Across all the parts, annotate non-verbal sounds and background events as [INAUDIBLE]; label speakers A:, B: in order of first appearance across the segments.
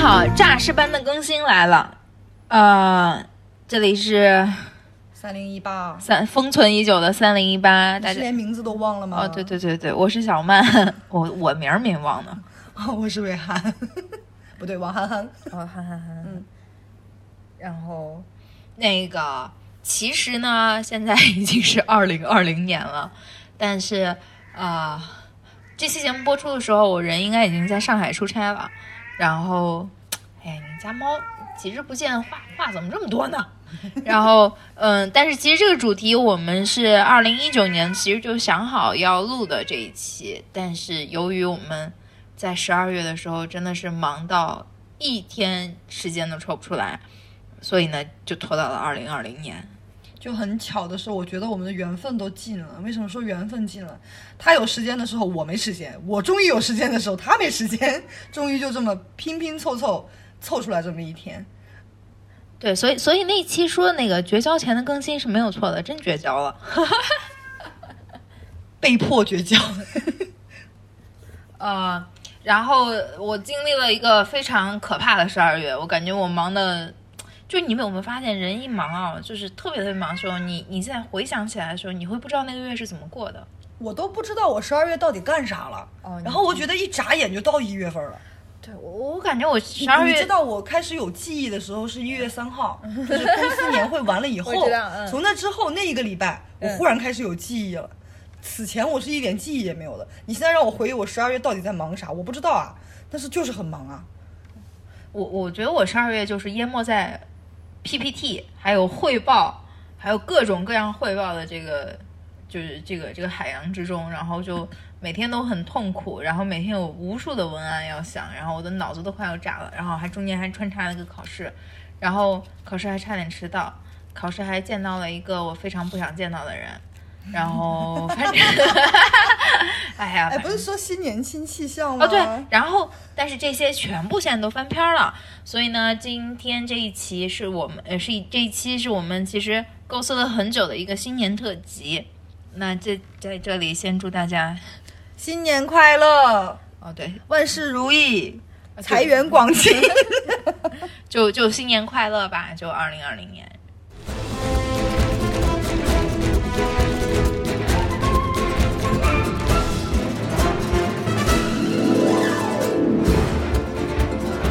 A: 好，诈尸般的更新来了，呃，这里是
B: 三零一八，
A: 三封存已久的三零一八，大
B: 是
A: 家
B: 连名字都忘了吗？
A: 哦，对，对对对，我是小曼， [LAUGHS] 我我名儿没忘呢，
B: [LAUGHS] 我是魏涵， [LAUGHS] 不对，王涵涵。
A: 哦，哈哈哈，
B: 嗯，
A: 然后那个其实呢，现在已经是二零二零年了，但是啊、呃这期节目播出的时候，我人应该已经在上海出差了，然后，哎呀，你家猫几日不见，话话怎么这么多呢？ [LAUGHS] 然后，嗯，但是其实这个主题我们是二零一九年其实就想好要录的这一期，但是由于我们在十二月的时候真的是忙到一天时间都抽不出来，所以呢就拖到了二零二零年。
B: 就很巧的是，我觉得我们的缘分都尽了。为什么说缘分尽了？他有时间的时候我没时间，我终于有时间的时候他没时间， [LAUGHS] 终于就这么拼拼凑凑凑出来这么一天。
A: 对，所以所以那一期说的那个绝交前的更新是没有错的，真绝交了。
B: 被迫绝交，
A: 呃，然后我经历了一个非常可怕的十二月，我感觉我忙的，就你们有没有发现，人一忙啊，就是特别特别忙的时候，你你现在回想起来的时候，你会不知道那个月是怎么过的。
B: 我都不知道我十二月到底干啥了。
A: 哦你
B: 然后我觉得一眨眼就到一月份了。
A: 对我，我感觉我
B: 你
A: 十二
B: 你知
A: 月，
B: 道我开始有记忆的时候是一月三 [LAUGHS] 号，就是公司年会完了以后
A: 我知道嗯，
B: 从那之后那一个礼拜，我忽然开始有记忆了。此前我是一点记忆也没有的。你现在让我回忆我十二月到底在忙啥，我不知道啊，但是就是很忙啊。
A: 我我觉得我十二月就是淹没在 PPT 还有汇报，还有各种各样汇报的这个就是这个这个海洋之中，然后就每天都很痛苦，然后每天有无数的文案要想，然后我的脑子都快要炸了，然后还中间还穿插了一个考试，然后考试还差点迟到，考试还见到了一个我非常不想见到的人，然后反正， [LAUGHS] 哎呀，
B: 哎，
A: 反
B: 不
A: 正
B: 是说新年新气象吗？
A: 哦，对，然后但是这些全部现在都翻篇儿了，所以呢，今天这一期是我们呃是一这一期是我们其实构思了很久的一个新年特辑。那这在这里先祝大家
B: 新年快乐，
A: 哦对，
B: 万事如意，财源广进。
A: 就就新年快乐吧，就二零二零年。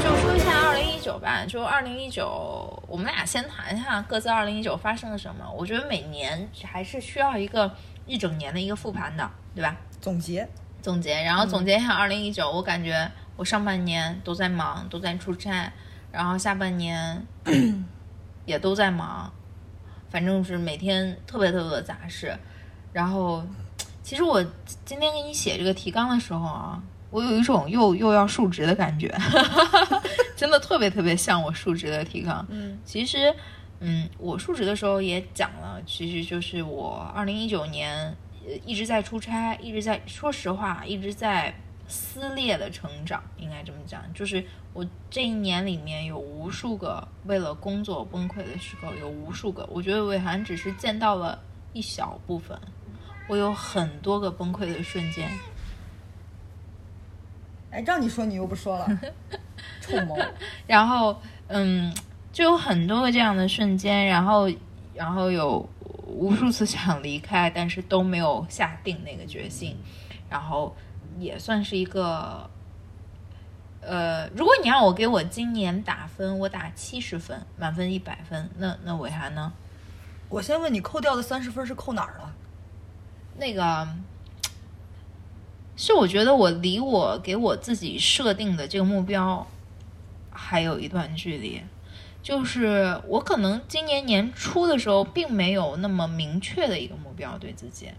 A: 就说一下二零一九吧，就二零一九，我们俩先谈一下各自二零一九发生了什么。我觉得每年还是需要一个一整年的一个复盘的，对吧？
B: [LAUGHS] 总结，
A: 总结，然后总结一下二零一九，我感觉我上半年都在忙，都在出差，然后下半年也都在忙，反正是每天特别特别多的杂事。然后，其实我今天给你写这个提纲的时候啊，我有一种又又要述职的感觉， [LAUGHS] 真的特别特别像我述职的提纲。
B: 嗯，
A: 其实，嗯，我述职的时候也讲了，其实就是我二零一九年呃一直在出差，一直在说实话，一直在撕裂的成长，应该这么讲。就是我这一年里面有无数个为了工作崩溃的时候，有无数个。我觉得伟涵只是见到了一小部分，我有很多个崩溃的瞬间。
B: 哎，让你说你又不 [LAUGHS] 说了，臭萌。
A: 然后嗯，就有很多个这样的瞬间，然后然后有无数次想离开，但是都没有下定那个决心，然后也算是一个。呃，如果你让我给我今年打分，我打七十分，满分一百分，那那伟涵呢？
B: 我先问你，扣掉的三十分是扣哪儿了？
A: 那个是我觉得我离我给我自己设定的这个目标还有一段距离，就是我可能今年年初的时候并没有那么明确的一个目标对自己，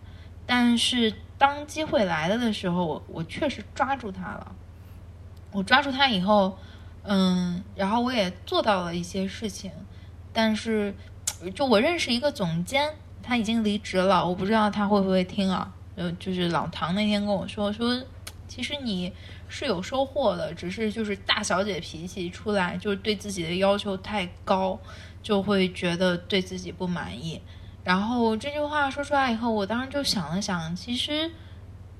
A: 但是当机会来了的时候，我我确实抓住它了。我抓住它以后，嗯，然后我也做到了一些事情，但是就我认识一个总监，他已经离职了，我不知道他会不会听啊。呃，就是老唐那天跟我说说，其实你是有收获的，只是就是大小姐脾气出来，就是对自己的要求太高，就会觉得对自己不满意。然后这句话说出来以后，我当时就想了想，其实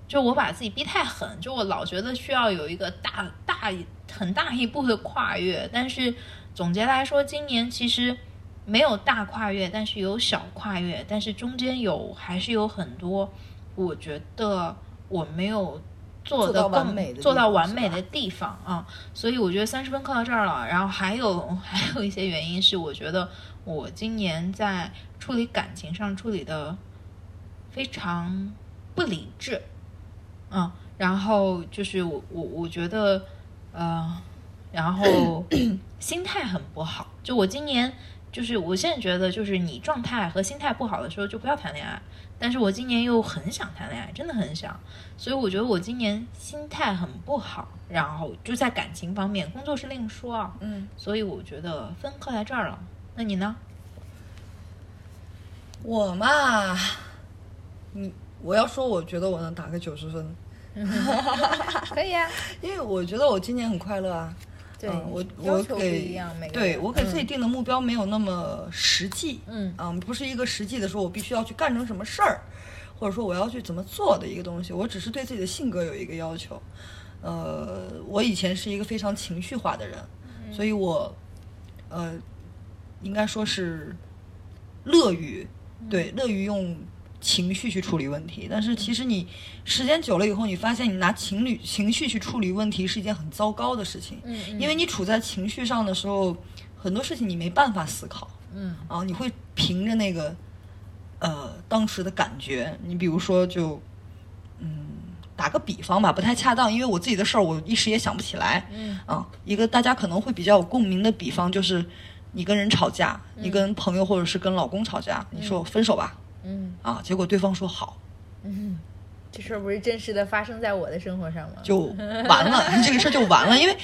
A: 就我把自己逼太狠，就我老觉得需要有一个大大很大一步的跨越。但是总结来说，今年其实没有大跨越，但是有小跨越，但是中间有还是有很多，我觉得我没有做
B: 做到
A: 的
B: 完
A: 更
B: 美的地
A: 做到
B: 方
A: 完
B: 是
A: 美
B: 吧
A: 的地方啊。所以我觉得三十分课到这儿了，然后还有 [LAUGHS] 还有一些原因是，我觉得我今年在处理感情上处理的非常不理智，嗯，然后就是我我我觉得，呃，然后心态很不好。就我今年就是我现在觉得，就是你状态和心态不好的时候就不要谈恋爱。但是我今年又很想谈恋爱，真的很想，所以我觉得我今年心态很不好，然后就在感情方面，工作是另说啊。
B: 嗯，
A: 所以我觉得分科来这儿了。那你呢？
B: 我嘛，你我要说，我觉得我能打个九十分，
A: 可以啊，
B: 因为我觉得我今年很快乐啊。
A: 对
B: 嗯我
A: 要
B: 我
A: 求不
B: 给
A: 一样每个
B: 对
A: 人
B: 我给自己定的目标没有那么实际，
A: 嗯
B: 嗯，不是一个实际的说我必须要去干成什么事儿，或者说我要去怎么做的一个东西，我只是对自己的性格有一个要求。呃，我以前是一个非常情绪化的人，
A: 嗯
B: 所以我呃应该说是乐于
A: 嗯
B: 对乐于用情绪去处理问题，但是其实你时间久了以后，你发现你拿情侣情绪去处理问题是一件很糟糕的事情，
A: 嗯
B: 因为你处在情绪上的时候，很多事情你没办法思考
A: 嗯
B: 啊，你会凭着那个呃当时的感觉，你比如说就嗯打个比方吧，不太恰当，因为我自己的事儿我一时也想不起来，
A: 嗯
B: 啊，一个大家可能会比较有共鸣的比方就是，你跟人吵架，你跟朋友或者是跟老公吵架，你说分手吧，
A: 嗯
B: 啊，结果对方说好，
A: 嗯，这事儿不是真实的发生在我的生活上吗？
B: 就完了， [LAUGHS] 这个事儿就完了。因为，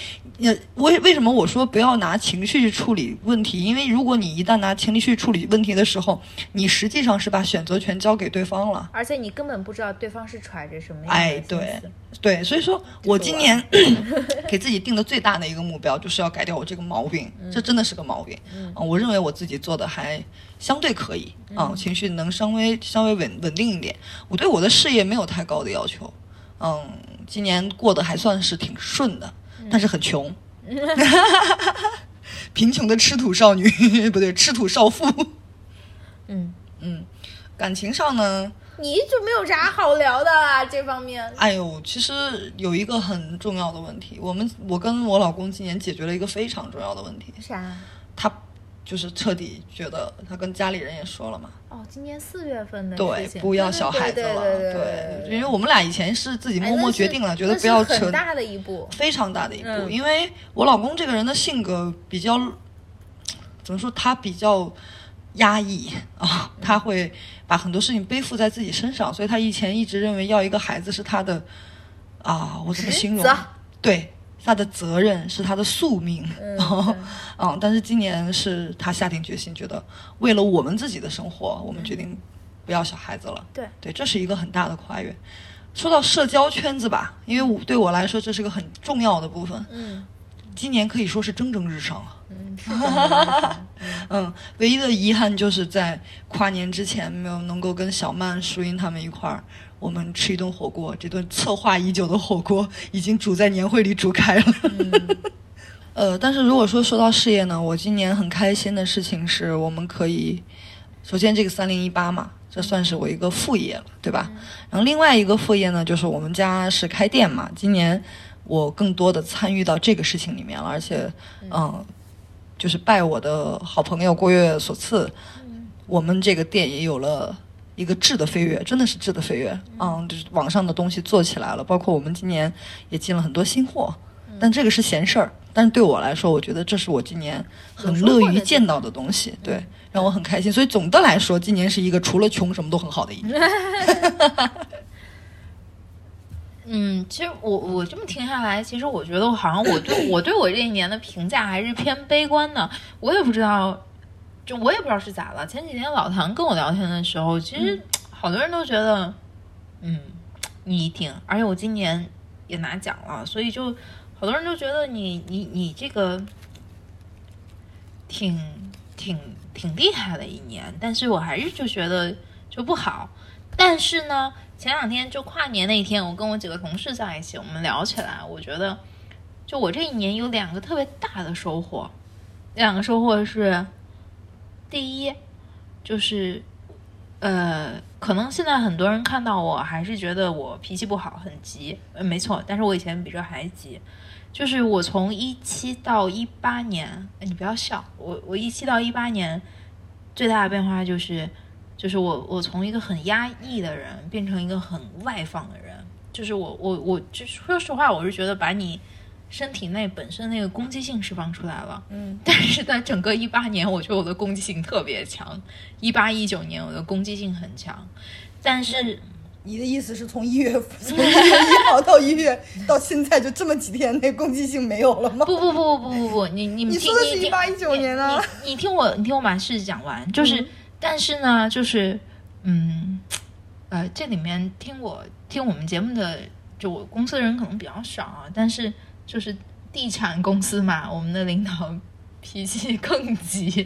B: 呃，为为什么我说不要拿情绪去处理问题？因为如果你一旦拿情绪去处理问题的时候，你实际上是把选择权交给对方了。
A: 而且你根本不知道对方是揣着什么样的
B: 哎，
A: 心
B: 对
A: 思
B: 对，所以说我今
A: 我
B: 年
A: [LAUGHS]
B: 给自己定的最大的一个目标就是要改掉我这个毛病，这真的是个毛病。
A: 嗯
B: 啊我认为我自己做的还相对可以啊，情绪能稍微稍微稳稳定一点。我对我的事业没有太高的要求，嗯，今年过得还算是挺顺的，
A: 嗯
B: 但是
A: [LAUGHS]
B: 很穷。贫穷的吃土少女， [LAUGHS] 不对，吃土少妇。
A: 嗯，
B: 嗯，感情上呢，
A: 你就没有啥好聊的啊，这方面。
B: 哎呦，其实有一个很重要的问题，我们我跟我老公今年解决了一个非常重要的问题，
A: 啥？
B: 他就是彻底觉得他跟家里人也说了嘛，
A: 哦，今年四月份的
B: 对
A: 事，情
B: 不要小孩子了，
A: 对对对对
B: 因为我们俩以前是自己
A: 哎
B: 默默
A: 那是
B: 决定了，觉得
A: 那
B: 不要
A: 是
B: 扯
A: 很，大的一步。
B: 非常大的一步，
A: 嗯
B: 因为我老公这个人的性格比较，怎么说，他比较压抑 [LAUGHS] 啊，他会把很多事情背负在自己身上，所以他以前一直认为要一个孩子是他的啊，我怎么形容
A: 职责？
B: 对，他的责任是他的宿命。 [LAUGHS]
A: 嗯
B: 嗯，但是今年是他下定决心，觉得为了我们自己的生活，我们决定不要小孩子了。
A: 对
B: 对，这是一个很大的跨越。说到社交圈子吧，因为我对我来说这是个很重要的部分。
A: 嗯
B: 今年可以说是蒸蒸日上啊。
A: 嗯，是
B: [LAUGHS]
A: 的
B: 嗯，唯一的遗憾就是在跨年之前没有能够跟小曼、淑英他们一块儿，我们吃一顿火锅。这顿策划已久的火锅已经煮在年会里煮开了。 [LAUGHS] 呃，但是如果说说到事业呢，我今年很开心的事情是我们可以，首先这个三零一八嘛，这算是我一个副业了，对吧？然后另外一个副业呢，就是我们家是开店嘛，今年我更多的参与到这个事情里面了，而且，嗯、就是拜我的好朋友郭月所赐，我们这个店也有了。一个质的飞跃，真的是质的飞跃，嗯，就是网上的东西做起来了，包括我们今年也进了很多新货，但这个是闲事儿。但是对我来说，我觉得这是我今年很乐于见到的嗯东西，对，让我很开心。所以总的来说，今年是一个除了穷什么都很好的一年。
A: 嗯，其实我我这么听下来，其实我觉得我好像我对我对我这一年的评价还是偏悲观的。我也不知道，就我也不知道是咋了。前几天老唐跟我聊天的时候，其实好多人都觉得，嗯，你一定，而且我今年也拿奖了，所以就好多人都觉得你你你这个挺挺挺厉害的一年，但是我还是就觉得就不好。但是呢，前两天就跨年那一天，我跟我几个同事在一起，我们聊起来，我觉得就我这一年有两个特别大的收获，两个收获是，第一就是，呃，可能现在很多人看到我还是觉得我脾气不好，很急，呃，没错，但是我以前比这还急。就是我从一七到一八年，哎你不要笑，我我一七到一八年最大的变化就是，就是我我从一个很压抑的人变成一个很外放的人，就是我我我就是说实话，我是觉得把你身体内本身那个攻击性释放出来了，
B: 嗯，
A: 但是在整个一八年，我觉得我的攻击性特别强，一八一九年我的攻击性很强，但
B: 嗯
A: 是
B: [LAUGHS] 你的意思是从一 [LAUGHS] 月从一月一号到一月到现在就这么几天内攻击性没有了吗？
A: 不不不不不不，你你们
B: 嗯你
A: 听
B: 说的
A: 你
B: 是
A: 听
B: 18 19年啊
A: 你你你听我你听我把事讲完，就是、但是呢，就是嗯呃，这里面听我听我们节目的就我公司的人可能比较少啊，但是就是地产公司嘛，我们的领导脾气更急，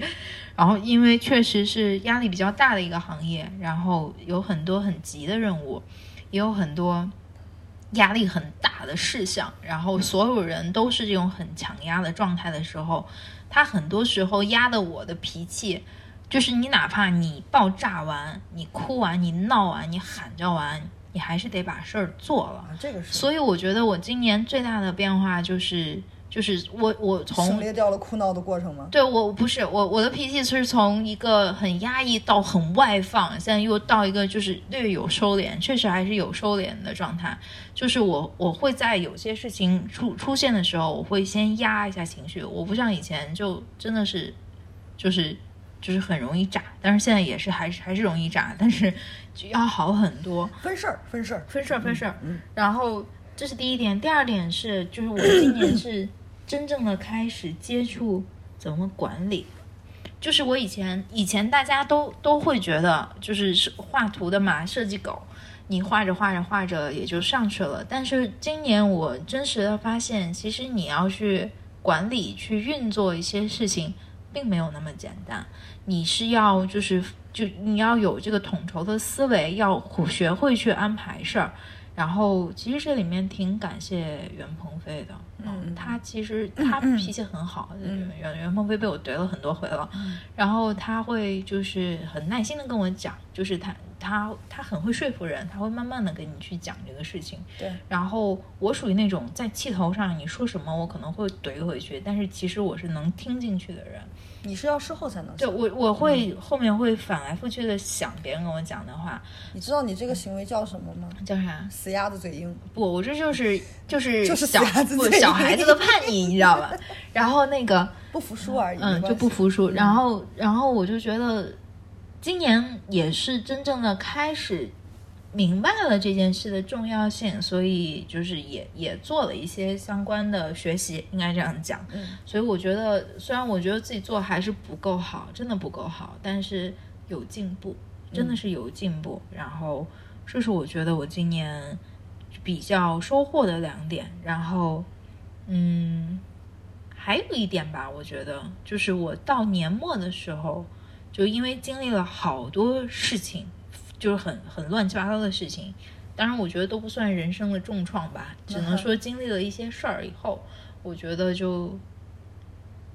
A: 然后因为确实是压力比较大的一个行业，然后有很多很急的任务，也有很多压力很大的事项，然后所有人都是这种很强压的状态的时候，他很多时候压的我的脾气，就是你哪怕你爆炸完、你哭完、你闹完、你喊叫完，你还是得把事儿做了。
B: 啊，这个是
A: 所以我觉得我今年最大的变化就是，就是我我从
B: 省略掉了哭闹的过程吗？
A: 对我不是我我的脾气是从一个很压抑到很外放，现在又到一个就是略有收敛，确实还是有收敛的状态。就是我我会在有些事情出出现的时候，我会先压一下情绪，我不像以前就真的是就是就是很容易炸，但是现在也是还是还是容易炸，但是就要好很多。嗯
B: 分事儿，分事儿。
A: 分事儿分事儿。然后这是第一点，第二点是，就是我今年是真正的开始接触怎么管理。就是我以前以前大家都都会觉得，就是是画图的嘛，设计狗，你画着画着画着也就上去了。但是今年我真实的发现，其实你要去管理、去运作一些事情，并没有那么简单。你是要就是就你要有这个统筹的思维，要学会去安排事儿。然后其实这里面挺感谢袁鹏飞的，嗯，他其实他脾气很好，
B: 嗯
A: 袁袁鹏飞被我怼了很多回了，然后他会就是很耐心的跟我讲，就是他他他很会说服人，他会慢慢的跟你去讲这个事情。
B: 对，
A: 然后我属于那种在气头上你说什么我可能会怼回去，但是其实我是能听进去的人。
B: 你是要事后才能
A: 对我我会后面会反来覆去的想别人跟我讲的话，
B: 你知道你这个行为叫什么吗？
A: 叫啥？
B: 死鸭子嘴硬。
A: 不，我这就是就是
B: 就是
A: 小
B: 死鸭子
A: 不
B: 嘴
A: 小孩子的叛逆，你知道 [LAUGHS] 吧？然后那个
B: 不服输而已，没
A: 嗯
B: 关
A: 就不
B: 系。
A: 服输，然后然后我就觉得今年也是真正的开始明白了这件事的重要性，所以就是也也做了一些相关的学习，应该这样讲。
B: 嗯，
A: 所以我觉得，虽然我觉得自己做还是不够好，真的不够好，但是有进步，真
B: 嗯
A: 的是有进步。然后这是我觉得我今年比较收获的两点。然后，嗯，还有一点吧，我觉得就是我到年末的时候，就因为经历了好多事情，就是很很乱七八糟的事情。当然，我觉得都不算人生的重创吧， [LAUGHS] 只能说经历了一些事儿以后，我觉得就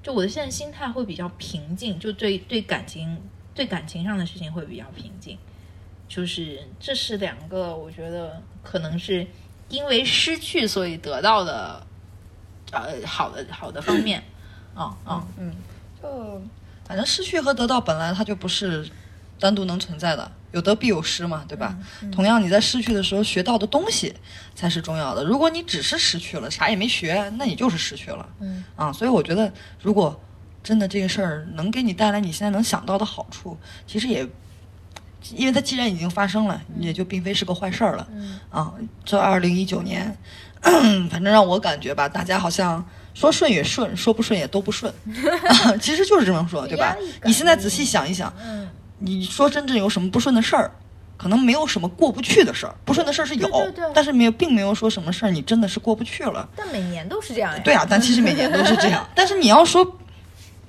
A: 就我的现在心态会比较平静，就对对感情对感情上的事情会比较平静。就是这是两个，我觉得可能是因为失去所以得到的，呃，好的好的方面。啊啊、
B: 就反正失去和得到本来它就不是单独能存在的，有得必有失嘛，对吧？同样，你在失去的时候学到的东西才是重要的。如果你只是失去了，啥也没学，那你就是失去了。
A: 嗯
B: 啊，所以我觉得，如果真的这个事儿能给你带来你现在能想到的好处，其实也，因为它既然已经发生了，也就并非是个坏事儿了。
A: 嗯
B: 啊，这二零一九年，反正让我感觉吧，大家好像说顺也顺，说不顺也都不
A: [LAUGHS]
B: 顺，啊、其实就是这么说，对吧
A: 压力？感
B: 你现在仔细想一想，
A: 嗯，
B: 你说真正有什么不顺的事儿，可能没有什么过不去的事儿，不顺的事儿是有，
A: 对对对
B: 但是没有，并没有说什么事儿你真的是过不去了。
A: 但每年都是这样呀。
B: 对啊，但其实每年都是这
A: [LAUGHS]
B: 样。但是你要说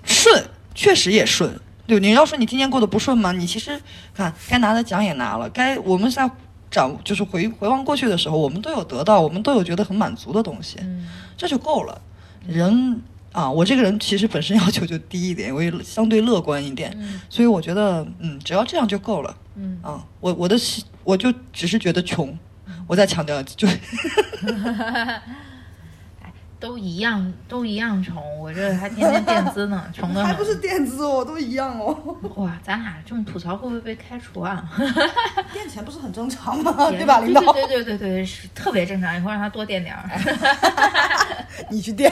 B: 顺，确实也顺。对，你要说你今年过得不顺吗？你其实看该拿的奖也拿了，该我们在展，就是回回望过去的时候，我们都有得到，我们都有觉得很满足的东西，
A: 嗯
B: 这就够了。人啊，我这个人其实本身要求就低一点，我也相对乐观一点，
A: 嗯
B: 所以我觉得，嗯，只要这样就够了。
A: 嗯，
B: 啊，我我的喜我就只是觉得穷，我再强调一次，就
A: 都一样，都一样穷，我这还天天垫资
B: [LAUGHS]
A: 呢，穷的
C: 还不
A: 很。
C: 是垫资哦，都一样哦。
A: 哇，咱俩这么吐槽会不会被开除啊？
C: 垫钱不是很正常吗？哦对吧，
A: [LAUGHS] 对
C: 领导？
A: 对对对对，是特别正常。以后让他多垫点儿，
C: 你去垫，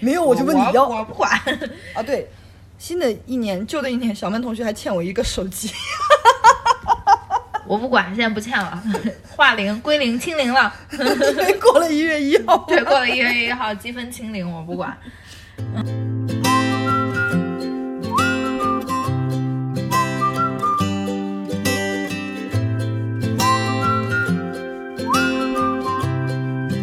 C: 没有 [LAUGHS] 我就问你要
A: 嗯我我不管。 [LAUGHS]
B: 啊对，新的一年旧的一年，小曼同学还欠我一个手机， [LAUGHS]
A: 我不管，现在不欠了， [LAUGHS] 化零归零清零了。
B: 因为过了一月一号。
A: [LAUGHS] 对，过了一月一号积分清零，我不管。嗯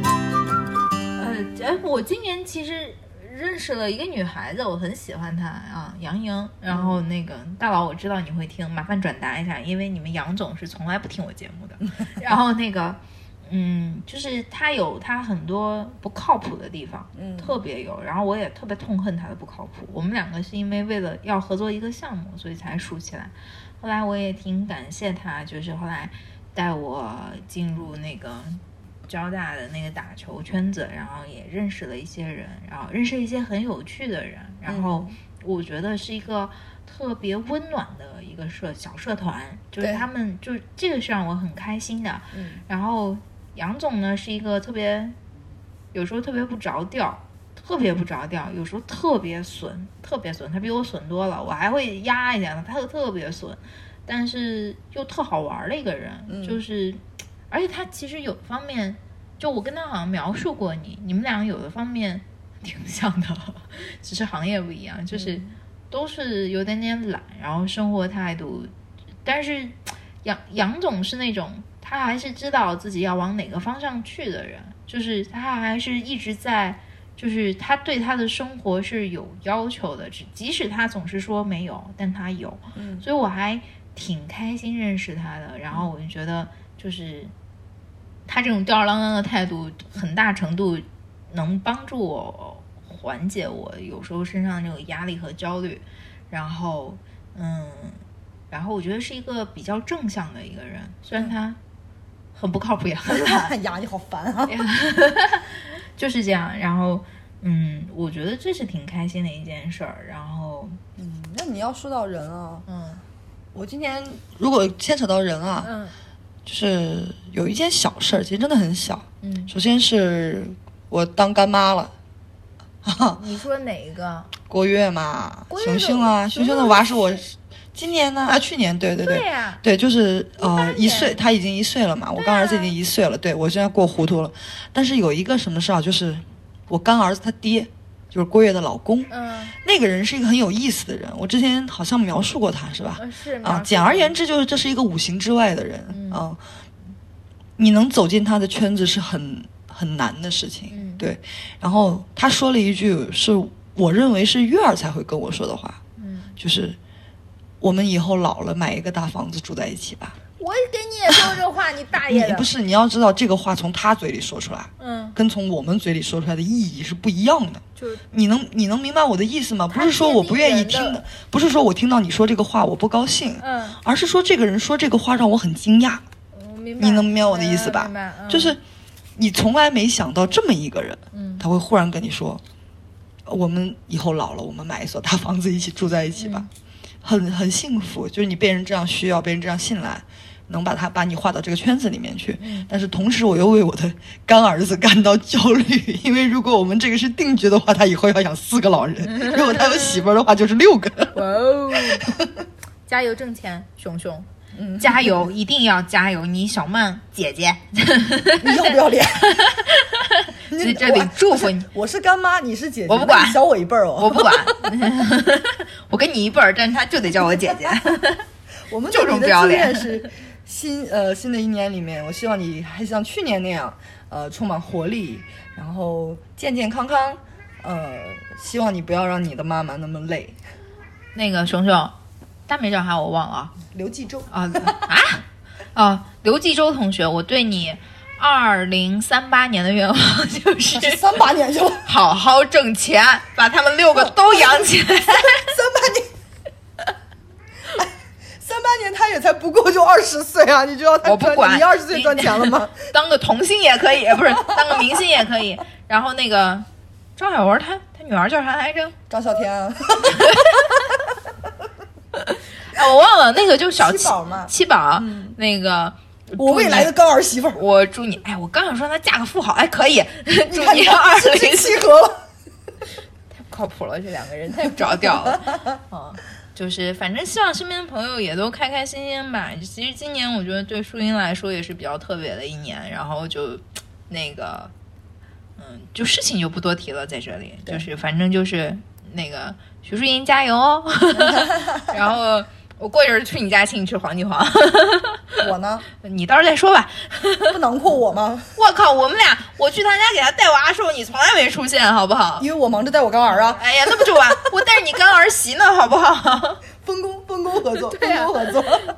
A: 呃，哎，我今年其实认识了一个女孩子，我很喜欢她啊，杨莹。然后那个大佬，我知道你会听，麻烦转达一下，因为你们杨总是从来不听我节目的。 [LAUGHS] 然后那个。嗯，就是他有他很多不靠谱的地方，
C: 嗯
A: 特别有。然后我也特别痛恨他的不靠谱。我们两个是因为为了要合作一个项目，所以才熟起来。后来我也挺感谢他，就是后来带我进入那个交大的那个打球圈子，然后也认识了一些人，然后认识了一些很有趣的人，然后
C: 嗯
A: 我觉得是一个特别温暖的一个社小社团，就是
B: 对
A: 他们就这个是让我很开心的。
C: 嗯
A: 然后杨总呢是一个特别，有时候特别不着调，特别不着调，有时候特别损，特别损。他比我损多了，我还会压一下呢，他就特别损，但是又特好玩儿的一个人，就是，而且他其实有方面，就我跟他好像描述过你，你们俩有的方面挺像的，只是行业不一样，就是。都是有点点懒，然后生活态度，但是杨杨总是那种他还是知道自己要往哪个方向去的人，就是他还是一直在，就是他对他的生活是有要求的，只即使他总是说没有，但他有，
C: 嗯
A: 所以我还挺开心认识他的，然后我就觉得就是他这种吊儿郎当的态度，很大程度能帮助我缓解我有时候身上那种压力和焦虑，然后嗯，然后我觉得是一个比较正向的一个人，虽然他很不靠谱也很懒，
B: 哎
C: 呀，你好烦
A: 哎
C: 啊！
A: [LAUGHS] 就是这样，然后嗯，我觉得这是挺开心的一件事儿，然后
C: 嗯那你要说到人啊，
A: 嗯
B: 我今年如果牵扯到人啊，
A: 嗯
B: 就是有一件小事儿，其实真的很小。
A: 嗯，
B: 首先是我当干妈了，
A: 你说哪一个？
B: 郭月嘛，
A: 郭月
B: 熊
A: 的
B: 熊啊，
A: 熊
B: 熊熊的
A: 熊
B: 娃是我今年呢啊，去年对对
A: 对呀、
B: 对，就是呃
A: 18
B: 一
A: 年啊
B: 岁，他已经一岁了嘛，我干儿子已经一岁了，对我现在过糊涂了。但是有一个什么事啊，就是我干儿子他爹，就是郭月的老公，
A: 嗯，
B: 那个人是一个很有意思的人，我之前好像描述过他是吧？
A: 呃是
B: 啊，简而，言之就是这是一个五行之外的人，
A: 嗯
B: 啊，你能走进他的圈子是很很难的事情，
A: 嗯
B: 对。然后他说了一句是我认为是月儿才会跟我说的话，
A: 嗯，
B: 就是我们以后老了买一个大房子住在一起吧。
A: 我给你也说这话，你大爷
B: 你
A: 的，
B: 不是，你要知道这个话从他嘴里说出来，
A: 嗯，
B: 跟从我们嘴里说出来的意义是不一样的。
A: 就是
B: 你能你能明白我的意思吗？不
A: 他
B: 是说
A: 是
B: 我不愿意听
A: 那个人
B: 的，不是说我听到你说这个话我不高兴，
A: 嗯，
B: 而是说这个人说这个话让我很惊讶。
A: 我明白，
B: 你能明白我的意思吧
A: 嗯明白嗯、
B: 就是你从来没想到这么一个人，
A: 嗯
B: 他会忽然跟你说，呃我们以后老了，我们买一所大房子一起住在一起吧，
A: 嗯
B: 很很幸福。就是你被人这样需要，被人这样信赖，能把他把你划到这个圈子里面去。
A: 嗯
B: 但是同时，我又为我的干儿子感到焦虑，因为如果我们这个是定居的话，他以后要养四个老人；如果他有媳妇儿的话，就是六个。
A: [LAUGHS] 哇哦，加油挣钱，熊熊。嗯，加油，一定要加油！你小曼姐姐，
C: 你要不要
A: [LAUGHS]
C: 脸？
A: 在
C: 你
A: 这里
C: 我
A: 祝福你，
C: 我是干妈，你是姐姐，
A: 我不管
C: 那你小我一辈儿哦。
A: 我不管， [LAUGHS] 我跟你一辈儿，但是她就得叫我姐 [LAUGHS] 姐。
C: 我们
A: 就
C: 对
A: 这么
C: 你的
A: 不要
C: 经
A: 脸
C: 验是新呃新的一年里面，我希望你还像去年那样，呃，充满活力，然后健健康康，呃，希望你不要让你的妈妈那么累。
A: 那个熊熊，大名叫啥我忘了啊 [LAUGHS]
C: 刘继洲，
A: 啊啊啊！刘继洲同学，我对你二零三八年的愿 [LAUGHS] 望就是
B: 是三八年就三
A: 好好挣钱，把他们六个都养起来。 [LAUGHS]
B: 八年，三八年他也才不过就二十岁啊！你知道他
A: 我不
B: 赚
A: 管
B: 你二十岁赚钱了
A: [LAUGHS]
B: 吗？
A: 当个童星也可以，不是当个明星也可以。然后那个张小文他他女儿叫啥来着？
B: 张小
A: [LAUGHS]
B: 天啊，
A: 哎，我忘了，那个就小
B: 七宝嘛
A: 七宝、嗯那个。
B: 我未来的干儿
A: [LAUGHS]
B: 媳妇儿，
A: 我祝你，哎，我刚想说她嫁个富豪，哎，可 [LAUGHS] 以，祝
B: 看
A: 你
B: 你
A: 二零
B: 这契合了。
A: 靠谱了，这两个 [LAUGHS] 人太不着调了。 [LAUGHS] 嗯，就是反正希望身边的朋友也都开开心心吧。其实今年我觉得对舒英来说也是比较特别的一年，然后就那个，嗯，就事情就不多提了，在这里就是反正就是那个徐淑英加油 [LAUGHS] 哦，然后。我过一阵儿去你家请你吃黄记 [LAUGHS] 煌，
B: 我呢，
A: 你到时候再说吧。
B: 不囊括我吗？
A: 我靠，我们俩，我去他家给他带娃的时候，你从来没出现，好不好？
B: 因为我忙着带我干儿啊，
A: 哎呀，那不就完？我带着你干儿媳呢，好不好？
B: 分工分工合作，
A: [LAUGHS] 对啊
B: 分工合作。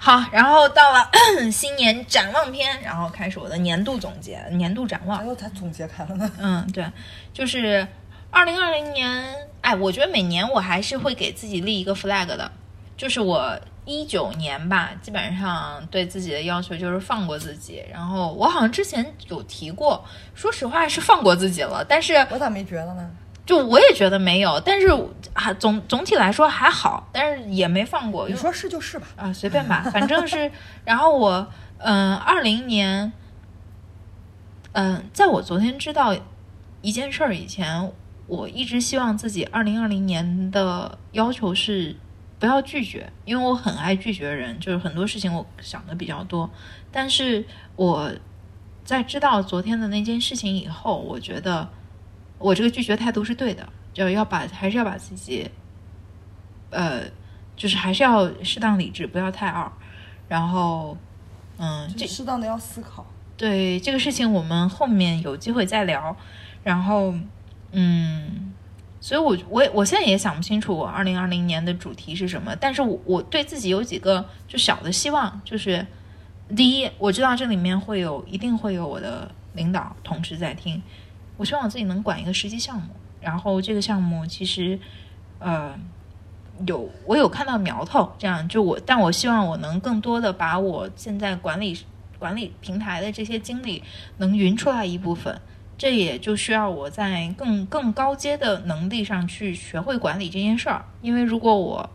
A: 好，然后到了 [COUGHS] 新年展望篇，然后开始我的年度总结、年度展
B: 哎
A: 望。
B: 呦，他总结开了呢。
A: 嗯，对，就是二零二零年，哎，我觉得每年我还是会给自己立一个 flag 的，就是我一九年吧，基本上对自己的要求就是放过自己。然后我好像之前有提过，说实话是放过自己了，但是
B: 我咋没觉得呢？
A: 就我也觉得没有，但是还总总体来说还好，但是也没放过。因
B: 你
A: 为
B: 说是就是吧。
A: 啊，随便吧，反正是。 [LAUGHS] 然后我，嗯、二零年，嗯、在我昨天知道一件事儿以前，我一直希望自己二零二零年的要求是不要拒绝，因为我很爱拒绝人，就是很多事情我想的比较多。但是我在知道昨天的那件事情以后，我觉得我这个拒绝态度是对的，就要把还是要把自己，呃。就是还是要适当理智，不要太二。然后，嗯，
B: 就
A: 这
B: 是适当的要思考。
A: 对这个事情我们后面有机会再聊。然后，嗯，所以我我也我现在也想不清楚我二零二零年的主题是什么，但是我我对自己有几个就小的希望，就是第一，我知道这里面会有一定会有我的领导同事在听，我希望我自己能管一个实际项目，然后这个项目其实，呃。有我有看到苗头，这样就我，但我希望我能更多的把我现在管理管理平台的这些经历能匀出来一部分，这也就需要我在更更高阶的能力上去学会管理这件事儿。因为如果我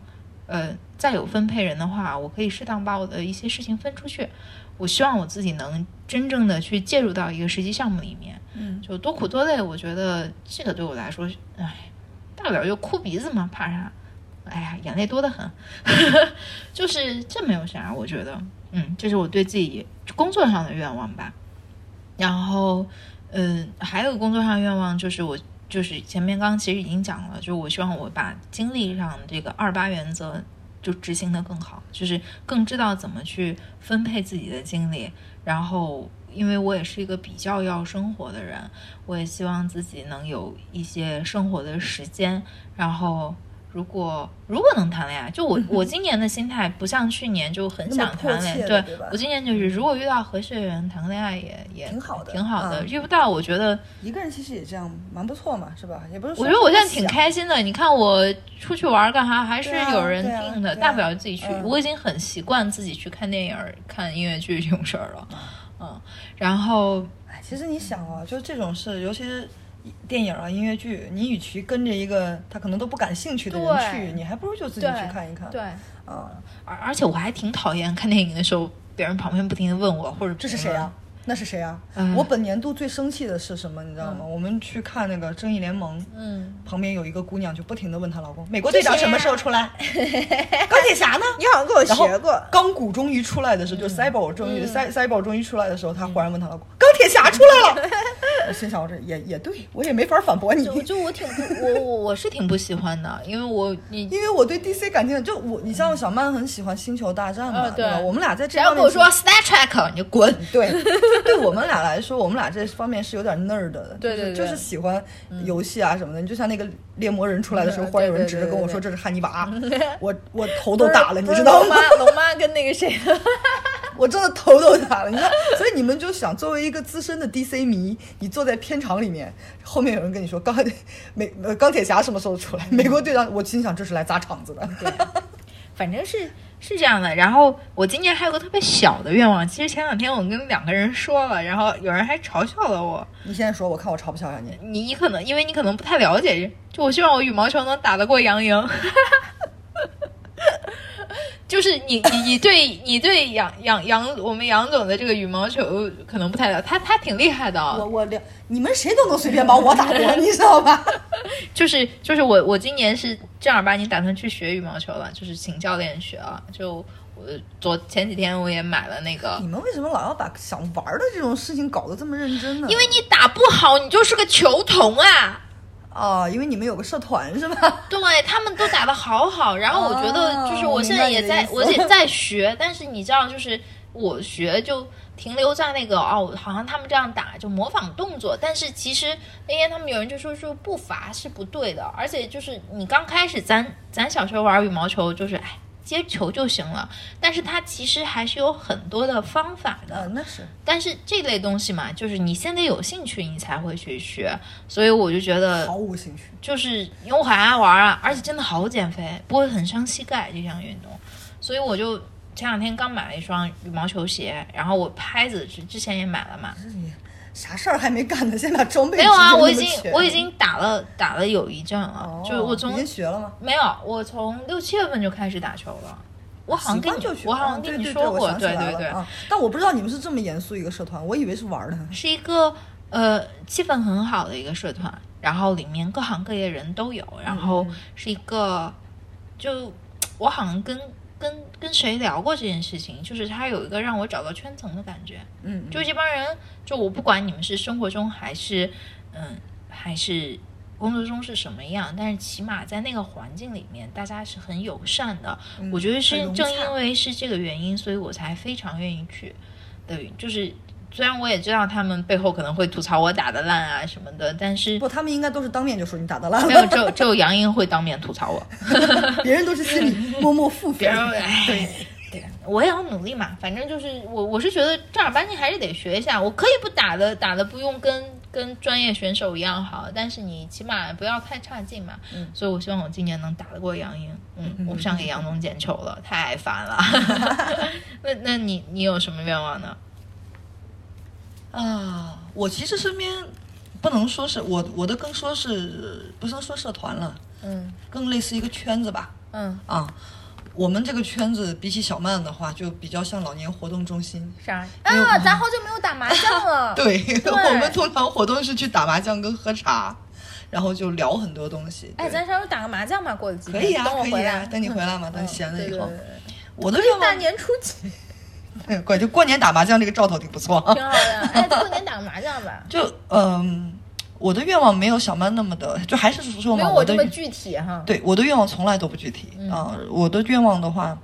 A: 呃再有分配人的话，我可以适当把我的一些事情分出去。我希望我自己能真正的去介入到一个实际项目里面，
B: 嗯，
A: 就多苦多累，我觉得这个对我来说，哎，大不了就哭鼻子嘛，怕啥？哎呀，眼泪多得很， [LAUGHS] 就是这没有啥，我觉得，嗯，这是我对自己工作上的愿望吧。然后，嗯，还有工作上的愿望就是我，就是前面刚刚其实已经讲了，就是我希望我把精力上这个二八原则就执行的更好，就是更知道怎么去分配自己的精力。然后，因为我也是一个比较要生活的人，我也希望自己能有一些生活的时间。然后，如果如果能谈恋爱，
B: [LAUGHS]
A: 就我我今年的心态不像去年就很
B: 那么
A: 想
B: 迫
A: 谈恋爱，
B: 切
A: 对
B: 了对吧
A: 我今年就是如果遇到合适的人谈个恋爱也也
B: 挺好的
A: 挺好的。
B: 嗯
A: 遇不到，我觉得
B: 一个人其实也这样，蛮不错嘛，是吧？也不是说
A: 我
B: 不
A: 觉
B: 想。
A: 得我现在挺开心的。你看我出去玩干啥，还是
B: 对啊
A: 有人
B: 对啊
A: 定的，
B: 对啊
A: 大不了自己去。
B: 嗯
A: 我已经很习惯自己去看电影、看音乐剧这种事儿了。嗯，然后
B: 哎，其实你想啊，就是这种事，尤其是电影啊、音乐剧，你与其跟着一个他可能都不感兴趣的人
A: 对
B: 去，你还不如就自己去看一看。
A: 对，
B: 啊，
A: 而而且我还挺讨厌看电影的时候，别人旁边不停的问我或者
B: 这是谁啊？那是谁啊？
A: 嗯
B: 我本年度最生气的是什么？你知道吗？我们去看那个《正义联盟》，
A: 评论？嗯，
B: 旁边有一个姑娘就不停的问她老公：“美国队
A: 啊
B: 长什么时候
A: [LAUGHS]
B: 出来？钢铁侠呢？”
D: 你好像跟我
B: 然后
D: 学过，
B: 钢骨终于
A: 嗯 [LAUGHS]
B: 出来的时候，就是 Cyber 终于 Cy Cyber 终于出来的时候，她忽然问她老公：“钢铁侠出来了？”
C: 我心想，我这也也对我也没法反驳你，
A: 就就我挺不我我我是挺不喜欢的，因为我
B: [LAUGHS]
A: 你
C: 因为我对 DC 感情就我，你像小曼很喜欢《星球大战》嘛，
A: 呃对
C: 吧？我们俩在
A: 只
C: 这
A: 要
C: 方
A: 跟
C: 面
A: 我说 Star Trek，你就滚。
C: 对，就对我们俩来说，我们俩这方面是有点 nerd 的，
A: 对对对
C: 就是就是喜欢游戏啊什么的。你就像那个猎魔人出来的时候，
A: 嗯
C: 忽然有人
A: 对对
C: 指着
A: 对
C: 跟我
A: 对
C: 说这是汉
A: [LAUGHS]
C: 尼拔，我我头都大了，你知道
A: 龙
C: 吗？
A: 妈，龙妈跟那个谁，
C: [LAUGHS] 我真的头都大了。你看，所以你们就想作为一个资深的 DC 迷，你坐在片场里面，后面有人跟你说钢美呃钢铁侠什么时候出
A: 嗯
C: 来？美国队长，我心想这是来砸场子的。 [LAUGHS]
A: 反正是是这样的。然后我今年还有个特别小的愿望，其实前两天我跟两个人说了，然后有人还嘲笑了我。
C: 你现在说，我看我嘲不嘲笑你？
A: 你你可能因为你可能不太了解，就我希望我羽毛球能打得过杨莹。 [LAUGHS] 就是你你你对你对杨杨杨我们杨总的这个羽毛球可能不太了，他他挺厉害的啊，
C: 我我聊，你们谁都能随便把我打
A: [LAUGHS]
C: 过，你知道吧？
A: 就是就是我我今年是正儿八经打算去学羽毛球了，就是请教练学了。就我昨前几天我也买了那个
C: 你，们为什么老要把想玩儿的这种事情搞得这么认真呢？
A: 因为你打不好，你就是个球童啊。
C: 啊，因为你们有个社团是吧？ [LAUGHS]
A: 对他们都打得好好，然后我觉得就是我现在也在，
C: 哦
A: 我
C: 明白你的意思
A: 也在学，但是你知道，就是我学就停留在那个哦，好像他们这样打就模仿动作，但是其实那天他们有人就说说步伐是不对的，而且就是你刚开始咱咱小时候玩羽毛球就是哎接球就行了，但是它其实还是有很多的方法的，
C: 啊，那是
A: 但是这类东西嘛，就是你先得有兴趣，你才会去学，所以我就觉得
C: 毫无兴趣。
A: 就是因为我很爱玩啊，而且真的好减肥，不会很伤膝盖这项运动，所以我就前两天刚买了一双羽毛球鞋，然后我拍子之之前也买了嘛，
C: 啥事儿还没干呢，先把装备
A: 没有啊，
C: 直接
A: 我已
C: 那么
A: 经
C: 全
A: 我已经打了打了有一阵了，
C: 哦
A: 就是我
C: 已
A: 从
C: 经学了吗？
A: 没有，我从六七月份就开始打球了，我好像
C: 喜
A: 跟
C: 欢
A: 你
C: 就学，
A: 我好
C: 啊
A: 像
C: 对
A: 跟你
C: 对
A: 说
C: 对
A: 过，
C: 我想起
A: 对
C: 来
A: 对
C: 了
A: 对，
C: 啊，但我不知道你们是这么严肃一个社团，我以为是玩儿的。
A: 是一个呃气氛很好的一个社团，然后里面各行各业人都有，然后
C: 嗯
A: 是一个就我好像跟跟跟谁聊过这件事情，就是他有一个让我找到圈层的感觉，
C: 嗯，
A: 就这帮人，就我不管你们是生活中还是嗯还是工作中是什么样，但是起码在那个环境里面，大家是很友善的。我觉得
C: 嗯很
A: 是
C: 融
A: 正
C: 洽
A: 因为是这个原因，所以我才非常愿意去的，就是。虽然我也知道他们背后可能会吐槽我打的烂啊什么的，但是
C: 不，他们应该都是当面就说你打得烂
A: 没
C: 了， [LAUGHS]
A: 有，只有只有杨英会当面吐槽我。
C: 别人都是
A: [LAUGHS]
C: 心里默默腹诽
A: 别。人哎，对对，我也要努力嘛。反正就是我，我是觉得正儿八经还是得学一下。我可以不打的，打的不用跟跟专业选手一样好，但是你起码不要太差劲嘛。
C: 嗯
A: 所以我希望我今年能打得过杨英。嗯，
C: [LAUGHS]
A: 我不想给杨总捡球了，太烦了。 [LAUGHS] 那那你你有什么愿望呢？
B: 啊，我其实身边不能说是我我的更说是不能说社团了，
A: 嗯
B: 更类似一个圈子吧。
A: 嗯，
B: 啊，我们这个圈子比起小曼的话，就比较像老年活动中心。
A: 啥啊？咱好久没有打麻将 [LAUGHS] 了。
B: 对， [LAUGHS] 我们通常活动是去打麻将跟喝茶，然后就聊很多东西。
A: 哎，
B: 对
A: 咱啥时候打个麻将嘛？过几天
B: 可以啊，
A: 等我
B: 可
A: 回
B: 以啊
A: 来，。
B: 等你回来嘛，等
A: 嗯
B: 闲了
A: 对
B: 以
A: 对
B: 后
A: 对。对
B: 我的愿
A: 大
B: 望，
A: 年初几
B: 哎怪就过年打麻将这个兆头挺不错啊。
A: 挺好的，哎，过年打个麻将 [LAUGHS] 吧。
B: 就嗯，我的愿望没有小曼那么的，就还是说
A: 没
B: 嘛，
A: 有我
B: 的
A: 这么具体哈。
B: 对我的愿望从来都不具体
A: 嗯
B: 啊、我的愿望的话，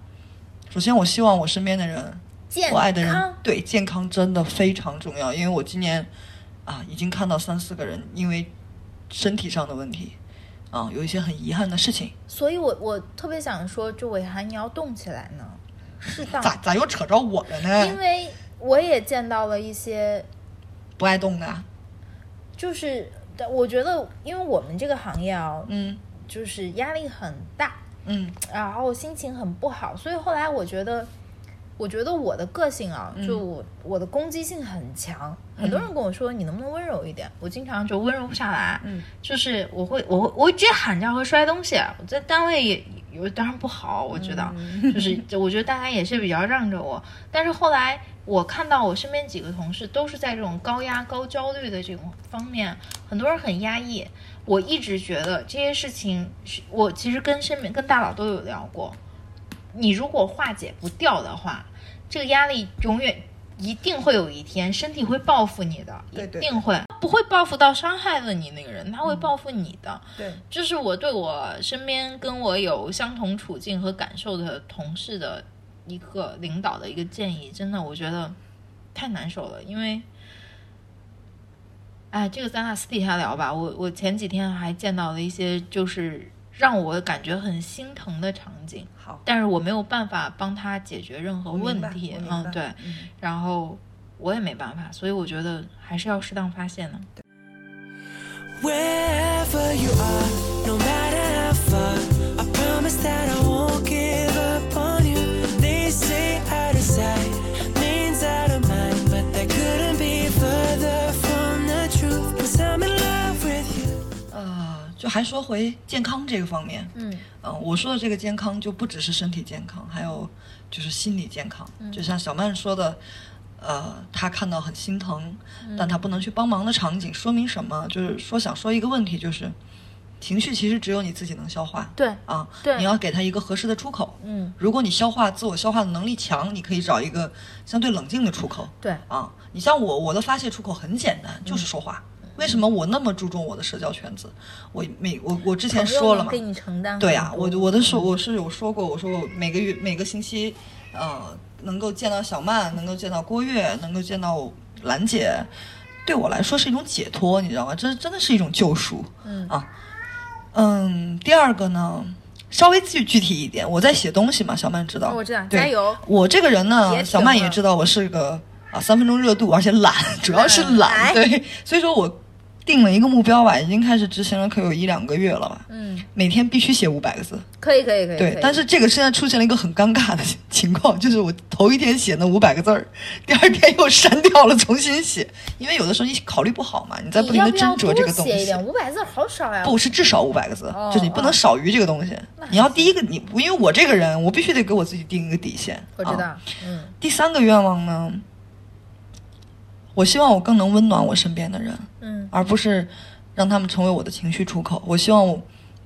B: 首先我希望我身边的人，
A: 健
B: 我爱的人
A: 康，
B: 对健康真的非常重要。因为我今年啊，已经看到三四个人因为身体上的问题啊，有一些很遗憾的事情。
A: 所以我我特别想说，就伟涵，你要动起来呢，适当，
B: 咋咋又扯着我了
A: 因
B: 呢？
A: 为我也见到了一些，
B: 不爱动的，
A: 就是我觉得，因为我们这个行业啊，
B: 嗯
A: 就是压力很大，
B: 嗯
A: 然后心情很不好，所以后来我觉得，我觉得我的个性啊，就我我的攻击性很强。很多人跟我说，你能不能温柔一点？我经常就温柔不下来，
C: 嗯，
A: 就是我会我会我会直接喊叫和摔东西。我在单位也有，当然不好，我知道，就是 [LAUGHS] 就我觉得大家也是比较让着我，但是后来。我看到我身边几个同事都是在这种高压、高焦虑的这种方面，很多人很压抑，我一直觉得这些事情是，我其实跟身边跟大佬都有聊过。你如果化解不掉的话，这个压力永远一定会有一天身体会报复你的，
C: 对对
A: 一定会。不会报复到伤害了你那个人，他会报复你的。
C: 对，
A: 这是我对我身边跟我有相同处境和感受的同事的一个领导的一个建议，真的我觉得太难受了，因为，哎，这个咱俩私底下聊吧。我我前几天还见到了一些就是让我感觉很心疼的场景，
C: 好，
A: 但是我没有办法帮他解决任何
C: 我明
A: 问
C: 白
A: 题
C: 我。明
A: 嗯，
C: 白
A: 对，然后我也没办法，所以我觉得还是要适当发现呢。
E: Wherever you are, no matter how far, I promise that I won't give up on you. They say out of sight means out of mind, but that couldn't be further from the truth. Cause I'm in love with you.
B: 啊，就还说回健康这个方面，
A: 嗯
B: 嗯，我说的这个健康就不只是身体健康，还有就是心理健康。
A: 嗯
B: 就像小曼说的，呃，她看到很心疼，但
A: 嗯
B: 她不能去帮忙的场景，说明什么？就是说想说一个问题，就是情绪其实只有你自己能消化。
A: 对
B: 啊，
A: 对
B: 你要给它一个合适的出口。
A: 嗯，
B: 如果你消化自我消化的能力强，你可以找一个相对冷静的出口。
A: 对
B: 啊，你像我，我的发泄出口很简单，
A: 嗯
B: 就是说话。为什么我那么注重我的社交圈子？我每我我之前说了嘛，
A: 你承担
B: 对呀、啊我我的
A: 嗯
B: 说我是有说过，我说我每个月每个星期，呃，能够见到小曼，能够见到郭月，能够见到兰姐，对我来说是一种解脱，你知道吗？这真的是一种救赎。
A: 嗯
B: 啊，嗯，第二个呢，稍微具具体一点，我在写东西嘛，小曼知道，
A: 哦我知道
B: 对
A: 加油嗯
B: 我这个人
A: 别
B: 呢，小
A: 停
B: 曼也
A: 了
B: 知道我是个啊三分钟热度，而且懒，主要是
A: 懒
B: 懒，对，所以说我定了一个目标吧，已经开始执行了，可有一两个月了吧。
A: 嗯，
B: 每天必须写五百个字，
A: 可以可以可以。
B: 对
A: 可以。
B: 但是这个现在出现了一个很尴尬的情况，就是我头一天写那五百个字儿，第二天又删掉了，重新写，因为有的时候你考虑不好嘛，你在不
A: 你
B: 停
A: 要
B: 的
A: 不要
B: 斟
A: 多
B: 酌这个东
A: 写一
B: 西。
A: 点？五百字好少呀！
B: 不是至少五百个字，
A: 哦
B: 就是你不能
A: 哦
B: 少于这个东西。你要第一个，你因为我这个人，我必须得给我自己定一个底线。
A: 我知道，
B: 啊
A: 嗯
B: 第三个愿望呢，我希望我更能温暖我身边的人，
A: 嗯
B: 而不是让他们成为我的情绪出口。我希望我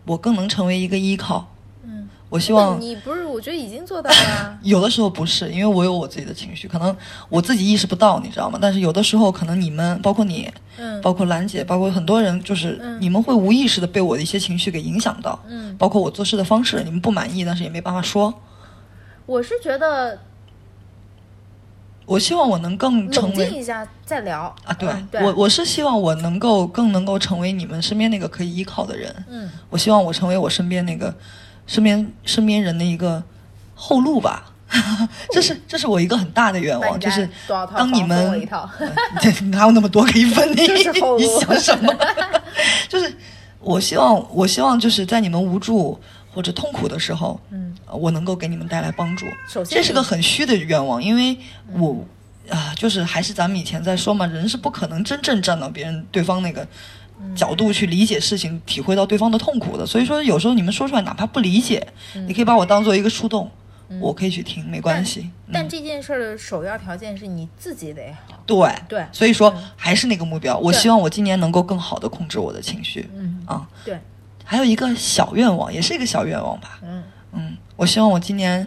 B: 我更能成为一个依靠。
A: 嗯。
B: 我希望。
A: 那你不是？我觉得已经做到了
B: [LAUGHS] 有的时候不是，因为我有我自己的情绪，可能我自己意识不到，你知道吗？但是有的时候，可能你们，包括你，
A: 嗯
B: 包括兰姐，包括很多人，就是、
A: 嗯
B: 你们会无意识的被我的一些情绪给影响到，
A: 嗯，
B: 包括我做事的方式，你们不满意，但是也没办法说。
A: 我是觉得
B: 我希望我能更成
A: 冷静
B: 为
A: 一下再聊
B: 啊，对、
A: 嗯对
B: 我，我是希望我能够更能够成为你们身边那个可以依靠的人。
A: 嗯
B: 我希望我成为我身边那个身边身边人的一个后路吧。 [LAUGHS] 这是这是我一个很大的愿
A: 搬
B: 望，
A: 家
B: 哦就是
A: 多少套
B: 当你
A: 房送我
B: 们
A: 一套
B: 这 [LAUGHS] 哪有那么多可以分你？
A: 就是后路
B: [LAUGHS] 你想什么？就是我希望，我希望就是在你们无助或者痛苦的时候，
A: 嗯，
B: 我能够给你们带来帮助。
A: 首先嗯
B: 这是个
A: 你
B: 很虚的愿望，因为我啊，就是还是咱们以前在说嘛，人是不可能真正站到别人对方那个。
A: 嗯
B: 角度去理解事情，体会到对方的痛苦的，所以说有时候你们说出来，哪怕不理解，
A: 嗯
B: 你可以把我当做一个树洞，我可以去听，没关系。
A: 但这件事儿的首要条件是你自己得好。
B: 对
A: 对
B: 所以说还是那个目标，我
A: 对
B: 希望我今年能够更好的控制我的情绪。
A: 嗯，
B: 啊，
A: 对，
B: 还有一个小愿望，也是一个小愿望吧。
A: 嗯
B: 嗯，我希望我今年，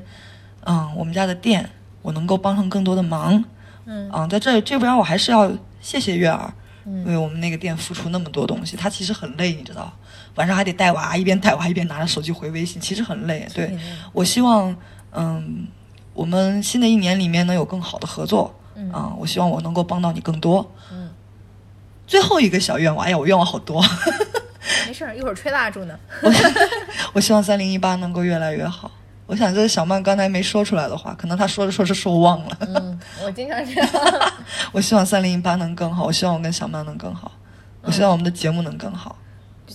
B: 嗯，我们家的店我能够帮上更多的忙。
A: 嗯
B: 啊，在这这边我还是要谢谢月儿，
A: 嗯
B: 为我们那个店付出那么多东西，她其实很累，你知道，晚上还得带娃，一边带娃一边拿着手机回微信，其实很累。对
A: 挺累的，
B: 我希望，嗯，我们新的一年里面能有更好的合作。
A: 嗯
B: 啊，我希望我能够帮到你更多。
A: 嗯，
B: 最后一个小愿望，哎呀，我愿望好多。 [LAUGHS]
A: 没事儿，一会儿吹蜡烛呢。
B: 我希望三零一八能够越来越好。我想这是小曼刚才没说出来的话，可能她说着说着说忘了。 [LAUGHS]
A: 嗯， [LAUGHS] 我经常这样。
B: 我希望三零一八能更好，我希望我跟小曼能更好，我希望我们的节目能更好。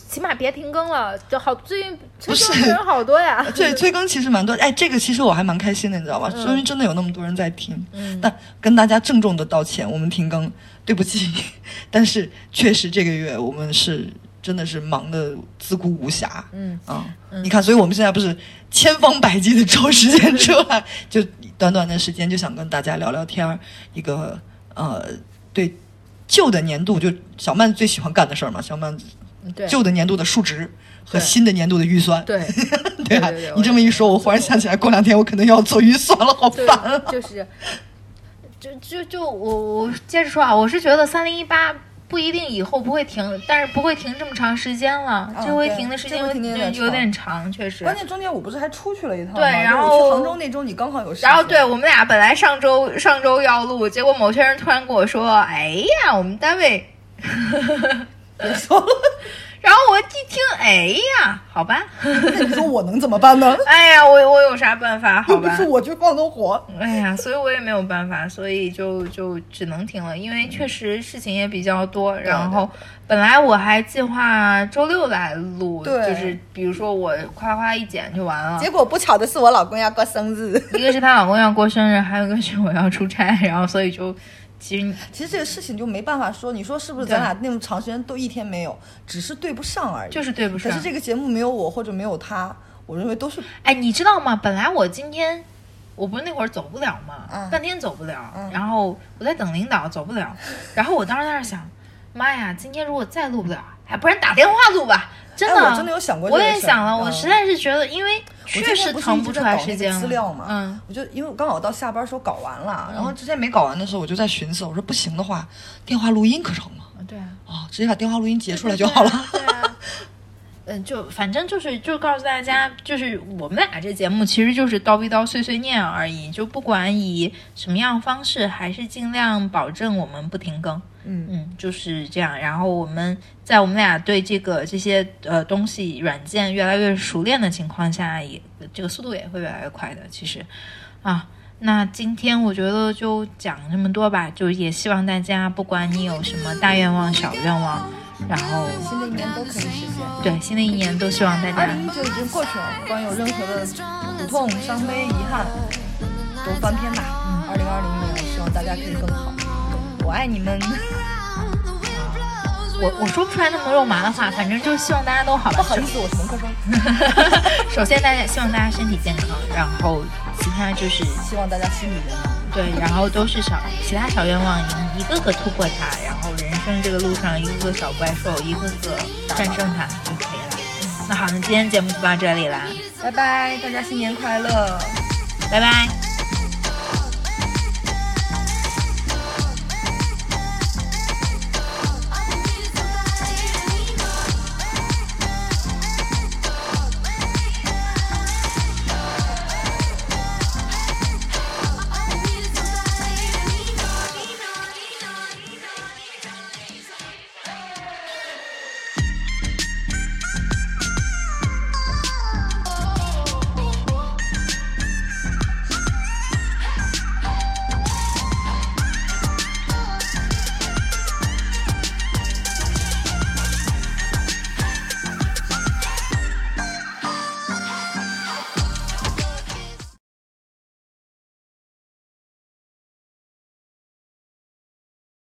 A: 起码别停更了，就好最近催
B: 不是
A: 更的人好多呀。
B: [LAUGHS]
A: [LAUGHS]
B: 对，催更其实蛮多，哎，这个其实我还蛮开心的，你知道吧？终于真的有那么多人在听。
A: 嗯
B: 但跟大家郑重的道歉，我们停更，对不起。 [LAUGHS] 但是确实这个月我们是真的是忙的自顾无暇。
A: 嗯
B: 啊、你看，所以我们现在不是千方百计的抽时间出
A: [LAUGHS]
B: 来，就短短的时间就想跟大家聊聊天儿，一个呃，对旧的年度，就小曼最喜欢干的事儿嘛，小曼
A: 对，
B: 旧的年度的数值和
A: 对
B: 新的年度的预算， [LAUGHS]
A: 对
B: 对吧
A: 对对对
B: 你这么一说，我忽然想起来，过两天我可能要做预算了，好
A: 对
B: 烦啊！，
A: 就是，就就就我我接着说啊，我是觉得三零一八不一定以后不会停，但是不会停这么长时间了。
B: 嗯
A: 这回
B: 对
A: 停的时
B: 这
A: 间
B: 回
A: 有
B: 停得有
A: 有
B: 点
A: 有点长，确实。
B: 关键中间我不是还出去了一趟吗？
A: 对然
B: 就是我
A: 后
B: 去杭州那周你刚好有事情，
A: 然后对我们俩本来上周上周要录，结果某些人突然跟我说：“哎呀，我们单 [LAUGHS] 位。
B: 别说了，”
A: [LAUGHS] 然后我一听：“哎呀，好吧， [LAUGHS]
B: 那你说我能怎么办呢？
A: 哎呀，我我有啥办 [LAUGHS] 法？
B: 又
A: [LAUGHS] 好
B: 不
A: 吧
B: 是。 [LAUGHS] 我去放的火，”
A: 哎呀，所以我也没有办法，所以就就只能停了，因为确实事情也比较多。然后本来我还计划周六来录，
B: 对
A: 就是比如说我夸夸一剪就完了。
B: 结果不巧的是我老公要过生日。
A: 一个是她老公要过生日，还有一个是我要出差，然后所以就其实
B: 其实这个事情就没办法说，你说是不是？
A: 对
B: 咱俩那么长时间都一天没有，只是对不上而已。
A: 就是对不上。
B: 可是这个节目没有我或者没有他，我认为都是
A: 哎，你知道吗？本来我今天我不是那会儿走不了嘛，
B: 嗯
A: 半天走不了，
B: 嗯
A: 然后我在等领导，走不
B: [LAUGHS]
A: 了。然后我当时在那儿想，妈呀，今天如果再录不了，哎，不然打电话录吧。真的，
B: 哎我真的有想过这
A: 我
B: 个
A: 也
B: 事儿
A: 想了，我
B: 嗯
A: 实在是觉得，因为
B: 我
A: 确实
B: 今天不是
A: 腾
B: 一直
A: 出
B: 在
A: 来
B: 搞
A: 时
B: 那个
A: 间了
B: 资料嘛，
A: 嗯，
B: 我就因为我刚好到下班时候搞完了，然
F: 然后
B: 后
F: 之前没搞完的时候，我就在寻思，我说不行的话，电话录音可成吗？
A: 对啊，
F: 啊、直接把电话录音截出来就好了。
B: [LAUGHS]
A: 对啊。嗯，就反正就是就告诉大家，就是我们俩这节目其实就是叨逼叨碎碎念而已，就不管以什么样方式，还是尽量保证我们不停更。
B: 嗯
A: 嗯，就是这样。然后我们在我们俩对这个这些呃东西软件越来越熟练的情况下，也这个速度也会越来越快的。其实啊，那今天我觉得就讲这么多吧，就也希望大家不管你有什么大愿望、小愿望，然后
B: 新的一年都可以实现。
A: 对新的一年都希望大
B: 二
A: 家
B: 零一九已经过去了，不管有任何的苦痛、伤悲、遗憾，都翻篇吧。嗯，二零二零年，我希望大家可以更好。我爱你们，
A: 我我说不出来那么肉麻的话，反正就希望大家都好吧。
B: 不好意思，我什么课程？
A: [LAUGHS]
B: 嗯
A: 首先大家希望大家身体健康，然后其他就是
B: 希望大家心里人啊，
A: 对，然后都是小其他小愿望，你一个个突破它，然后人生这个路上一个个小怪兽，一个个战胜它就可以了。嗯那好，那今天节目就到这里啦，
B: 拜拜，大家新年快乐。
A: 拜拜。